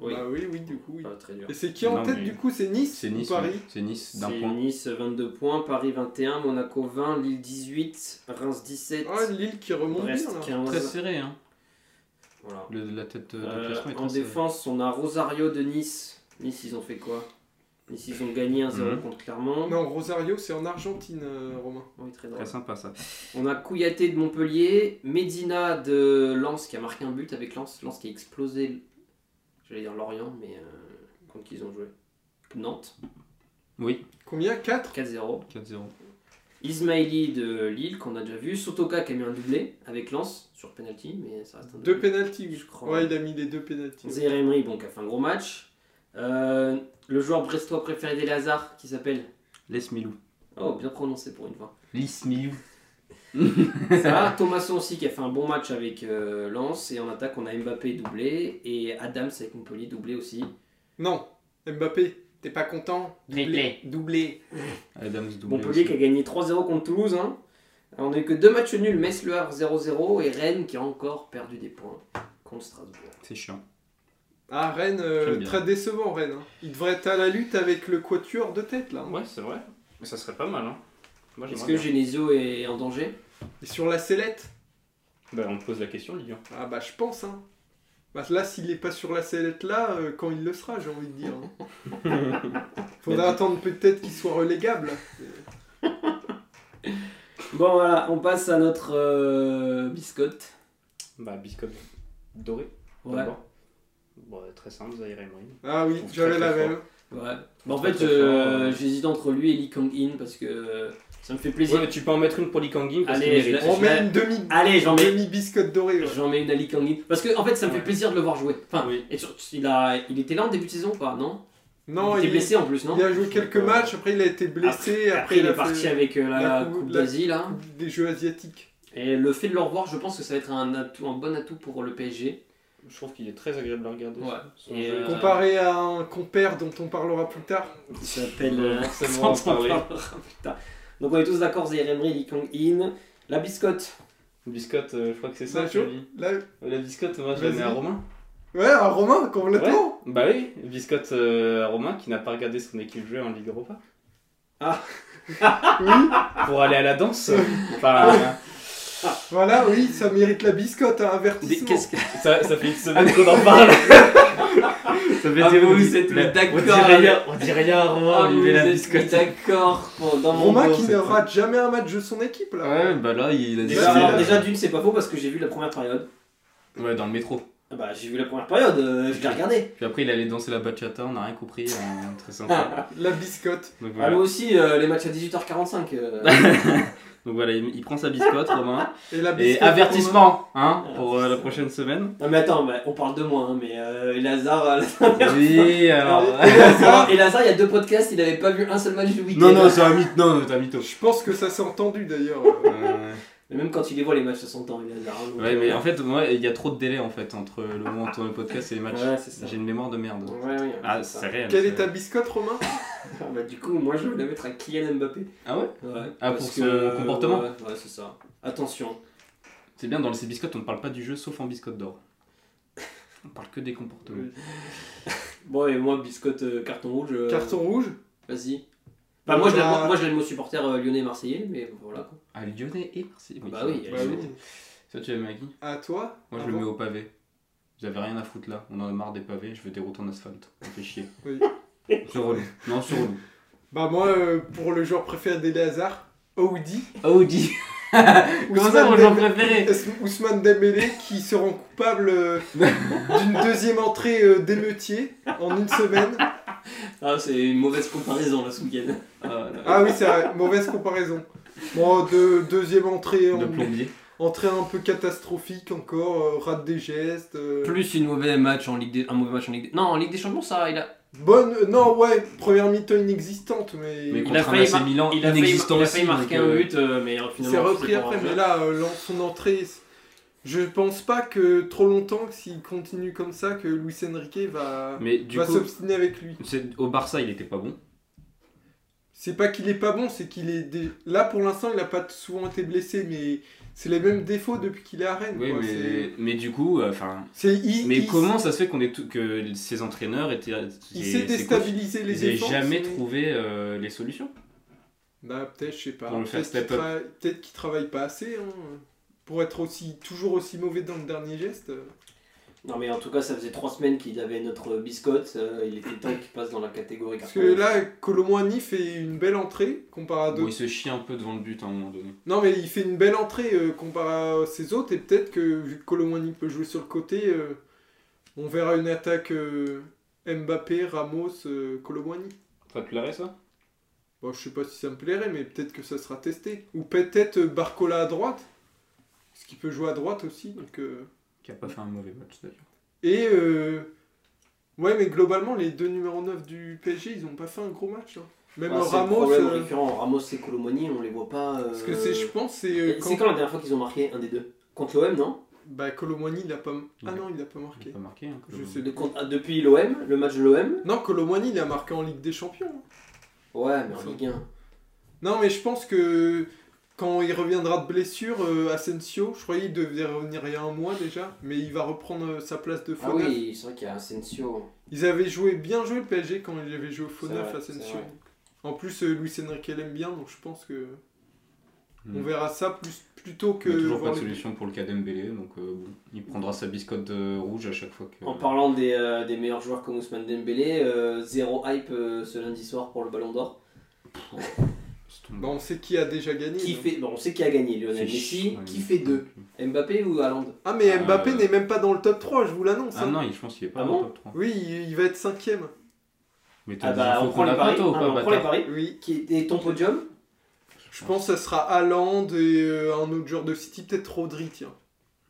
Oui,
Bah oui, oui, du coup. oui.
pas très dur.
Et c'est qui en
Non,
tête
mais-
du coup C'est Nice
C'est Nice.
ou Paris
ouais. C'est Nice d'un
C'est
point.
Nice 22 points, Paris 21, Monaco 20, Lille 18, Reims 17,
Ah, Lille qui remonte
Brest
bien là.
15.
Très serré. Hein.
Voilà.
Le- la tête euh, de
Euh,
classement est
en
très serrée.
défense, on a Rosario de Nice. Nice, ils ont fait quoi Nice, ils ont gagné 1-0
Mhm.
contre Clermont.
Non, Rosario, c'est en Argentine, euh, Romain.
Oui, très drôle.
Très sympa ça.
On a Kouyaté de Montpellier, Medina de Lens qui a marqué un but avec Lens. Lens qui a explosé, j'allais dire Lorient, mais euh, contre qui ils ont joué Nantes,
Oui,
Combien 4
4-0.
4-0.
Ismaili de Lille, qu'on a déjà vu. Sotoka qui a mis un doublé avec Lens sur penalty, mais ça reste un
Deux
doublé.
pénalties, oui.
Je crois.
Ouais, il a mis les deux pénalties. ouais.
Zaire Emery, bon, qui a fait un gros match. Euh, le joueur brestois préféré des Lazars qui s'appelle.
Laisse Milou.
Oh, bien prononcé pour une fois.
Lisse Milou.
Ça, Thomasson Ah, aussi qui a fait un bon match avec euh, Lens. Et en attaque, on a Mbappé doublé. Et Adams avec Montpellier doublé aussi.
Non, Mbappé, t'es pas content
Triplé.
Doublé.
Adams doublé.
Montpellier qui
aussi.
a gagné 3-0 contre Toulouse. hein. On n'a eu que deux matchs nuls. Metz, Le Havre 0-0. Et Rennes qui a encore perdu des points contre Strasbourg.
C'est chiant.
Ah, Rennes, euh,
J'aime bien.
très décevant, Rennes. hein. Il devrait être à la lutte avec le quatuor de tête, là. hein.
Ouais, c'est vrai. Mais ça serait pas mal. Hein. Moi,
Est-ce
j'aimerais
que
bien.
Genesio est en danger
Et sur la sellette
Bah, on te pose la question, Lilian.
Ah, bah, je pense, hein. Bah, là, s'il est pas sur la sellette, là, euh, quand il le sera, j'ai envie de dire. hein. Faudra attendre peut-être qu'il soit relégable.
Bon, voilà, on passe à notre euh, biscotte.
Bah, biscotte doré.
Ouais.
d'abord. Bon, très simple, Zaire Emery.
Ah oui,
Très,
j'avais
très
la
fort.
même.
ouais. Bah, en
Très,
fait,
très fort,
euh,
ouais.
j'hésite entre lui et Lee Kang-in parce que euh, ça me fait plaisir.
Ouais, mais tu peux en mettre une pour Likangin parce qu'il
Allez, je
mérite.
la-
On
je Ah,
met
la-
une demi,
Allez, j'en mets,
demi biscotte dorée. ouais.
j'en mets une à Lee Kang-in. Parce que, en fait, ça me fait
Ouais.
plaisir de le voir jouer. Enfin,
Oui.
et surtout, il, a, il était là en début de saison, quoi, non
Non,
Il était
il,
blessé en plus, non
il a joué quelques
Euh,
matchs, après il a été blessé,
Après,
après,
il est
a
parti
fait
avec euh, la,
la
Coupe,
coupe- la-
d'Asie, là.
des jeux asiatiques.
Et le fait de le revoir, je pense que ça va être un, atout, un bon atout pour le PSG.
Je trouve qu'il est très agréable à regarder.
Ouais.
Son
Et,
jeu.
euh,
Comparé à un compère dont on parlera plus tard.
Il s'appelle.
Ouais,
euh,
forcément,
on s'en
ah oui.
parlera plus tard. Donc, on est tous d'accord, Zaire Emery, Lee Kang-in. La biscotte.
Biscotte, euh, je crois que c'est ça,
Nacho
tu as dit.
Là...
La biscotte, moi, je la
Vas-y.
mets à Romain.
Ouais, un Romain, complètement.
Bah oui, biscotte euh, à Romain qui n'a pas regardé son équipe jouer en Ligue Europa.
Oui,
Pour aller à la danse. enfin, euh,
voilà, oui, ça mérite la biscotte, un
Des-
avertissement.
Qu'est-ce que.
ça, ça fait une semaine qu'on en parle. ça fait
Ah,
dire,
mais
on
vous
dit-
êtes
la-
d'accord
On dit rien, on dit rien à Romain, on
Ah,
lui
vous
met la
êtes
biscotte.
D'accord, pour- dans mon
Romain
dos, Bah,
qui
c'est
ne
ça.
rate jamais un match de son équipe, là.
Ouais, bah là, il a
Déjà-
décidé-
Déjà, déjà, d'une, c'est pas faux parce que j'ai vu la première période.
Ouais, dans le métro.
Ah Bah, j'ai vu la première période, euh, je l'ai regardée.
Puis après, il allait danser la bachata, on n'a rien compris. euh, très sympa.
La biscotte.
Donc
Ah,
voilà.
moi aussi, euh, les matchs à 18h45. euh,
Donc voilà, il, il prend sa biscotte, Romain.
Et, la
Et
biscotte
avertissement, hein,
Romain.
pour euh, la prochaine semaine.
non, mais attends, bah, on parle de moi, hein, mais euh, Lazare. euh,
Oui, alors. euh,
Romain. Et Lazare,
Et Lazare, il y a deux podcasts, il avait pas vu un seul match du week-end.
Non, non, c'est un mythe, non, c'est un mytho.
Je pense que ça s'est entendu, d'ailleurs. Euh,
Euh,
Mais même quand il les voit, les matchs, ça s'entend, il Lazare. hein, donc,
ouais, mais
euh,
en fait, moi, il y a trop de délais en fait entre le moment où on tourne le podcast et les matchs.
Ouais, c'est ça.
J'ai une mémoire de merde.
Ouais, ouais,
Ah,
c'est
c'est réel.
Quelle
c'est
est ta
réel.
biscotte, Romain
ça. Bah, du coup, moi, je vais la mettre à Kylian Mbappé.
Ah ouais
Ouais,
Ah,
parce euh,
pour son comportement
Ouais, ouais, c'est ça. Attention.
C'est bien, dans le biscottes, on ne parle pas du jeu sauf en biscotte d'or. On parle que des comportements.
Bon, et moi, biscotte, euh, carton rouge. euh,
Carton rouge
Vas-y. Bah, moi, je l'aime-
Bah.
moi, je l'aime aux supporters euh, lyonnais et marseillais, mais voilà. quoi.
Ah, Lyonnais et Marseille.
Bah
c'est
oui,
vrai.
Et
Bah
je-
oui.
Ça, tu l'aimes à qui
À toi
Moi, je
Ah
le
bon
mets au pavé. J'avais rien à foutre là. On en a marre des pavés. Je veux des routes en asphalte. On fait chier.
Oui.
C'est relou. Non, c'est relou.
Bah, moi, euh, pour le joueur préféré des Lazars, Audi.
Audi. Comment ça, mon
Ousmane
joueur
Dembélé-
préféré
Ous- Ousmane Dembélé qui se rend coupable euh, d'une deuxième entrée euh, d'émeutier en une semaine.
Ah, c'est une mauvaise comparaison, là, ce week-end.
Ah, là,
Ah oui, c'est vrai, mauvaise comparaison. Bon, de, deuxième entrée, en-
De plombier.
entrée un peu catastrophique encore, euh, rate des gestes. euh,
Plus une mauvaise match en Ligue des... un mauvais match en Ligue des... Non, en Ligue des Champions, ça, il a...
Bonne. euh, Non, ouais, première mi-temps inexistante, mais.
Mais
a
contre un
failli
AC
mar-
Milan
Il a, failli,
inexistant
il a
aussi,
failli marquer
donc,
un
euh,
but, euh, mais euh,
Il
finalement.
s'est
on
repris
s'est pas
après,
rendu.
mais là, euh, l'en- son entrée. c'est- Je pense pas que trop longtemps, que s'il continue comme ça, que Luis Enrique va,
Mais du
Bah,
va
coup,
s'obstiner avec lui.
c'est- au Barça, il était pas bon.
C'est pas qu'il est pas bon, c'est qu'il est. dé- Là, pour l'instant, il a pas souvent été blessé, mais c'est les mêmes défauts depuis qu'il est à Rennes.
bah,
Oui,
quoi.
mais,
C'est-
mais du coup, euh, enfin.
C'est. il-
mais
il-
comment ça se fait qu'on est tout- que ces entraîneurs étaient.
Il
ces-
sait
ces
déstabiliser
coachs,
les
Ils n'avaient
défenses,
jamais
mais-
trouvé euh, les solutions.
Bah peut-être, je sais pas.
Pour le faire
Peut-être qu'il
step up.
tra- peut-être qu'il travaille pas assez hein, pour être aussi toujours aussi mauvais dans le dernier geste.
Non, mais en tout cas, ça faisait trois semaines qu'il avait notre biscotte. euh, il était temps qu'il passe dans la catégorie.
Parce que là, Colomboigny fait une belle entrée comparé à
Ah,
Bon,
d'autres.
ils se chient un peu devant le but à un moment donné.
Non mais il fait une belle entrée euh, comparé à ses autres et peut-être que vu que Colomboigny peut jouer sur le côté, euh, on verra une attaque euh, Mbappé, Ramos, euh, Colomboigny.
Ça te plairait ça
Bon, je sais pas si ça me plairait, mais peut-être que ça sera testé. Ou peut-être euh, Barcola à droite, parce qu'il peut jouer à droite aussi. Donc, euh,
Qui a pas fait un mauvais match d'ailleurs.
Et euh, ouais, mais globalement, les deux numéros 9 du PSG, ils ont pas fait un gros match. hein.
bah,
Même Ramos,
Ramos.
euh,
Ramos et Colomoni, on les voit pas. euh,
parce que c'est, je pense, c'est euh,
Et
quand,
C'est quand la dernière fois qu'ils ont marqué un des deux Contre l'OM, non
bah Colomwani, il a pas, ah
Ouais.
non, il a
Il
pas
a
marqué.
pas marqué. hein,
Je
comme-
sais.
De- contre- ah, Depuis l'OM, le match de l'OM
Non, Colomwani, il a marqué en Ligue des Champions. hein.
Ouais, mais en Ligue 1.
Non, mais je pense que quand il reviendra de blessure, euh, Asensio, je croyais qu'il devait revenir il y a un mois déjà, mais il va reprendre euh, sa place de faux
Ah
neuf.
oui, c'est vrai qu'il y a Asensio.
Ils avaient joué bien joué le PSG quand ils avaient joué au faux
C'est
neuf
vrai, c'est
Asensio.
vrai.
En plus, euh, Luis Enrique l'aime bien, donc je pense que
Hmm.
on verra ça plus plutôt que
Il a toujours pas
voir
de
les-
solution pour le cas d'Embélé, donc euh, bon, il prendra sa biscotte euh, rouge à chaque fois que.
En parlant des, euh, des meilleurs joueurs comme Ousmane Dembélé, euh, zéro hype euh, ce lundi soir pour le Ballon d'Or.
C'est tombé.
Bah, on sait qui a déjà gagné.
Qui
donc.
fait... bon, on sait qui a gagné, Lionel
C'est
Messi.
chiant,
Qui
il-
fait deux Mbappé ou Haaland
Ah mais
Euh,
Mbappé n'est même pas dans le top 3, je vous l'annonce.
Ah
hein.
non, il- je pense qu'il est pas
Ah
dans
bon
le top 3.
Oui, il il va être cinquième.
Mais t'as
Ah
des
bah
infos
on prend
qu'on
les
a pas,
paris.
toi, ou
Ah,
pas,
on prend les
bâtard
paris.
Oui.
Qui était ton podium
Je pense que ça sera Haaland et euh, un autre joueur de City, peut-être Rodri, tiens.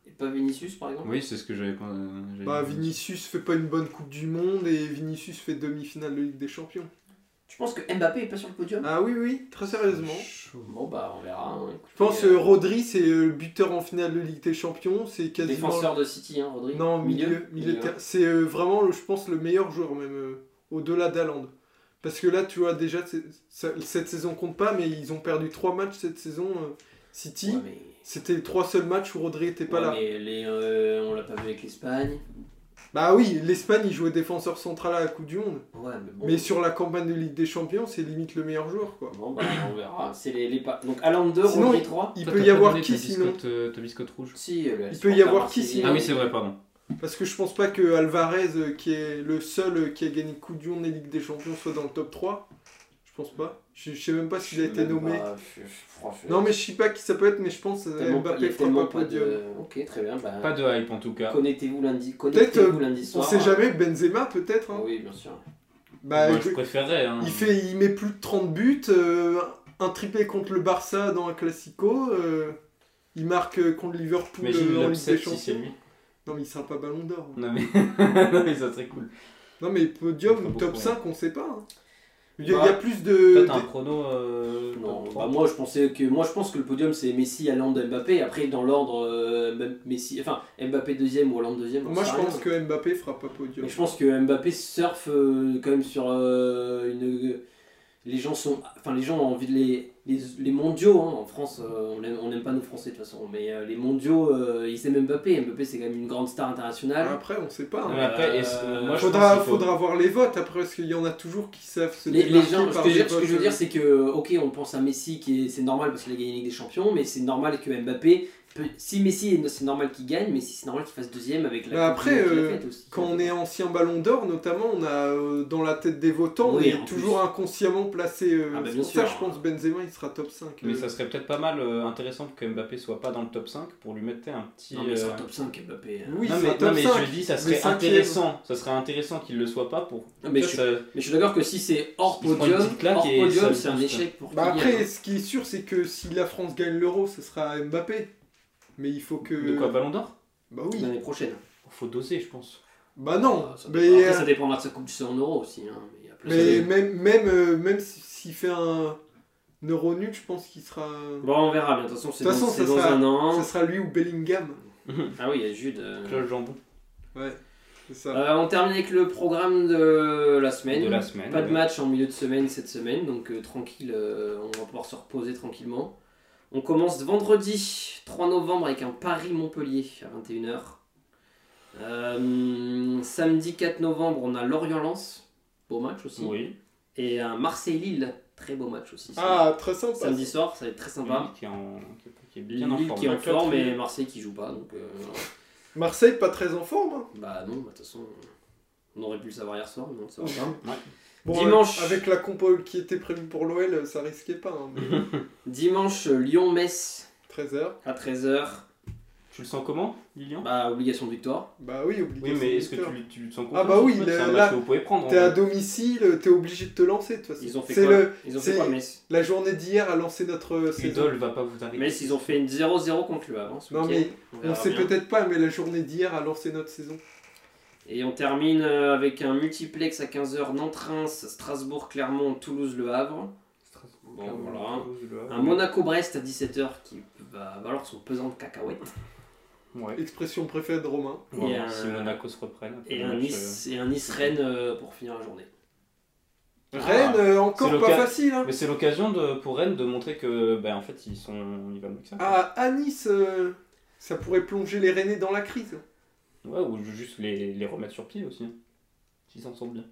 Et pas Vinicius par exemple
Oui, c'est ce que j'avais. euh,
Mm.
j'avais
Bah
dit.
Vinicius fait pas une bonne Coupe du Monde et Vinicius fait demi-finale de Ligue des Champions.
Tu penses que Mbappé est pas sur le podium
Ah oui, oui, très sérieusement.
Chaud.
Bon bah on verra. hein. Écoutez,
Je pense
euh,
euh, Rodri, c'est euh, le buteur en finale de Ligue des Champions, c'est quasiment...
défenseur de City, hein, Rodri.
Non, milieu, milieu, de terrain. C'est euh, vraiment, le- je pense, le meilleur joueur, même euh, au-delà d'Aland. Parce que là, tu vois, déjà, c'est- ça- cette saison compte pas, mais ils ont perdu trois matchs cette saison. euh, City,
Ouais, mais-
c'était les trois seuls matchs où Rodri était pas
ouais,
là.
mais les, euh, on l'a pas vu avec l'Espagne.
Bah oui, l'Espagne, il jouait défenseur central à la Coupe du Monde.
Ouais, mais bon.
Mais sur la campagne de Ligue des Champions, c'est limite le meilleur joueur, quoi.
Bon, bah, on verra. C'est les, les pas. Donc, Alan 2,
Sinon,
Rodri 3.
Il
Toi,
peut
t'as
y
pas
avoir
donné
qui
ta
sinon
biscotte, euh, Ta biscotte rouge
Si, euh, le
Il
supporter
peut y avoir qui,
marseillais.
sinon
Ah oui, c'est vrai, pardon.
Parce que je pense pas que Alvarez, euh, qui est le seul euh, qui a gagné Coupe du Monde et Ligue des Champions, soit dans le top 3. Je pense pas. Je, je sais même pas s'il a été
Même
nommé.
pas, je- je- franchement,
Non mais je sais pas qui ça peut être mais je pense
il y a
que
tellement pas- il y
Mbappé
a
fera
tellement
pas
pas
podium.
de. Ok, très bien. Bah,
Pas de hype en tout cas.
Connectez-vous lundi,
euh,
connectez-vous lundi
On
soir. hein.
sait jamais Benzema peut-être. hein.
Ah Oui, bien sûr.
Bah,
Moi,
je-
je préférerais. hein.
il fait il met plus de 30 buts, euh, un triplé contre le Barça dans un classico, euh, il marque euh, contre Liverpool
Imagine
euh, en Ligue des
l'upset
Champions.
si c'est lui.
Non mais il sera pas ballon d'or. hein.
Non mais... non mais ça serait cool.
Non mais
Hmm. Il
podium
fera
ou top
beaucoup,
5 on sait pas. hein. Il y a,
Bah,
il y a plus de
Toi t'as un prono. Euh...
Non,
top
bah,
trois
moi, je pensais que, moi, je pense que le podium, c'est Messi, Haaland, Mbappé. Après, dans l'ordre, euh, même Messi. Enfin, Mbappé deuxième ou Haaland deuxième.
des-
on
Moi
sait
je
rien.
hein.
pense que Mbappé fera pas podium.
Mais je pense que Mbappé surfe euh, quand même sur euh, une. Les gens sont, enfin les gens ont envie de les, les, les mondiaux hein, en France, euh, on aime- on n'aime pas nous Français de toute façon, mais euh, les mondiaux euh, ils aiment Mbappé. Mbappé c'est quand même une grande star internationale.
Après on sait pas.
Non,
hein.
mais après, est-ce-
Euh,
moi, je
Faudra,
pense qu'il faut-
faudra voir les votes après parce qu'il y en a toujours qui savent se
les, les
démarquer
gens, ce
par
que, je-
des
ce que je veux
votes, euh,
dire c'est que ok on pense à Messi qui est, c'est normal parce qu'il a gagné la Ligue des Champions, mais c'est normal que Mbappé, peut- si Messi est- c'est normal qu'il gagne, mais si c'est normal qu'il fasse deuxième avec la.
Bah
Coupe du
après,
Monde qu'il a
euh,
faite aussi.
Quand on est ancien ballon d'or, notamment, on a euh, dans la tête des votants,
Oui, en
on est toujours
plus.
inconsciemment placé. euh,
Ah bah,
c'est
bien
pour ça,
sûr.
je pense Benzema, il sera top 5.
Mais
euh.
ça serait peut-être pas mal euh, intéressant que Mbappé soit pas dans le top 5 pour lui mettre un petit.
non mais c'est un
euh,
top 5 Mbappé. hein.
Oui,
non,
c'est
mais,
un
non,
top
mais
5.
je dis ça
mais
serait
cinquième.
intéressant. Ça serait intéressant qu'il le soit pas pour.
Non, mais je
Ça,
suis
ça-
Mais je suis d'accord que si c'est hors
Il se prend
podium,
une petite claque
hors
et ça
podium,
le
c'est un
booste.
échec pour
Bah
Kylian.
après, ce qui est sûr, c'est que si la France gagne l'euro, ce sera Mbappé. Mais il faut que.
De quoi Ballon d'Or
Bah oui.
l'année prochaine.
Faut doser, je pense.
Bah non,
Ah, Ça dépend-
mais,
Après,
euh,
ça dépendra de sa Coupe du Monde en euros aussi. hein. Il y a plus
mais
de-
même, même, euh, même si- s'il fait un euro nul, je pense qu'il sera.
Bon, on verra, bien. De toute façon, c'est
De toute
dans,
façon,
c'est
ça
dans
sera-
un an.
Ça sera lui ou Bellingham.
Ah oui, il y a Jude. euh.
Cloche jambon
Ouais, c'est ça.
Euh, on termine avec le programme de la semaine.
de la semaine.
Pas de
ouais.
match en milieu de semaine cette semaine, donc euh, tranquille, euh, on va pouvoir se reposer tranquillement. On commence vendredi 3 novembre avec un Paris-Montpellier à 21h. Euh, samedi 4 novembre, on a Lorient-Lens, beau match aussi.
Oui.
Et un Marseille-Lille, très beau match aussi.
Ah, très sympa.
samedi soir, ça va être très sympa.
Lille qui est, en- qui est- qui est bien en
Lille
forme.
qui est en
Le
forme
quatrième.
et Marseille qui joue pas, donc euh, voilà.
Marseille, pas très en forme. hein.
bah non, bah, de toute façon, on aurait pu le savoir hier soir, mais on ne le saura pas.
Bon,
Dimanche.
euh, avec la compo qui était prévue pour l'OL, euh, ça risquait pas. hein, mais,
Mhm.
euh,
Dimanche, Lyon-Metz
13h.
à 13h.
Tu le sens comment, Lilian
Bah, obligation de victoire.
Bah oui, obligé.
Oui, mais est-ce que tu, tu le sens confiant
Ah bah
sur
oui,
ce match
il est
C'est un match
là.
que vous pouvez prendre. en
T'es à
vrai.
domicile, euh, t'es obligé de te lancer de toute façon.
Ils ont fait
C'est
quoi
le-
Ils ont fait
c'est-
quoi, Metz
la journée d'hier a lancé notre euh, saison.
Udol va pas vous arrêter.
Metz, ils ont fait une 0-0 contre le Havre. hein, ce
Non,
week-end.
mais
On
On
verra
sait
bien.
peut-être pas, mais la journée d'hier a lancé notre saison.
Et on termine euh, avec un multiplex à 15h Nantes-Reims, Strasbourg-Clermont, Toulouse-Le Havre. Bon, voilà. Un Monaco-Brest à 17h qui va valoir son pesant de cacahuètes.
Ouais.
Expression préférée de Romain.
On va
Et
voir
un-
si Monaco se reprenne. après
Et
le
un
match,
Nice- et un Nice-Rennes euh, pour finir la journée.
euh.
Ah,
Rennes, euh, encore
c'est le
pas
cas.
facile. hein.
Ah. Mais c'est l'occasion de- pour Rennes de montrer que, bah, en fait, ils sont, ils valent mieux que ça.
Ah, à Nice, euh, ça pourrait plonger les Rennais dans la crise.
Ouais, ou juste les, les remettre sur pied aussi. hein. S'ils s'en sortent bien.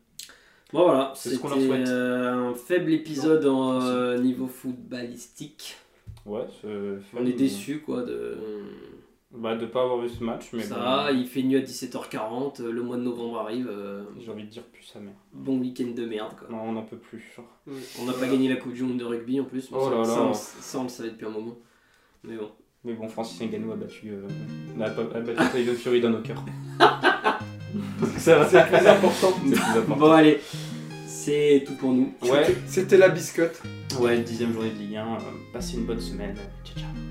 Bon voilà,
C'est ce qu'on
c'était
leur souhaite.
euh, un faible épisode en euh, niveau footballistique.
Ouais, c'est-
On est déçus quoi de...
Bah, de pas avoir vu ce match, mais
ça,
bon,
va, il fait nuit à 17h40, euh, le mois de novembre arrive, euh,
j'ai envie de dire plus sa mère.
bon week-end de merde quoi.
Non, on n'en peut plus. genre.
On n'a pas gagné la Coupe du Monde de rugby en plus, mais
Oh
ça,
là
ça,
là.
on, ça, on le savait depuis un moment. Mais bon.
Mais bon, Francis Ngannou a battu, euh, a, pas- a battu Tyson Fury dans nos cœurs. ça va,
C'est plus important.
c'est plus important.
Bon allez, c'est tout pour nous.
Ouais,
C'était la biscotte.
ouais, dixième journée de Ligue 1. euh, passez une bonne semaine. Ciao, ciao.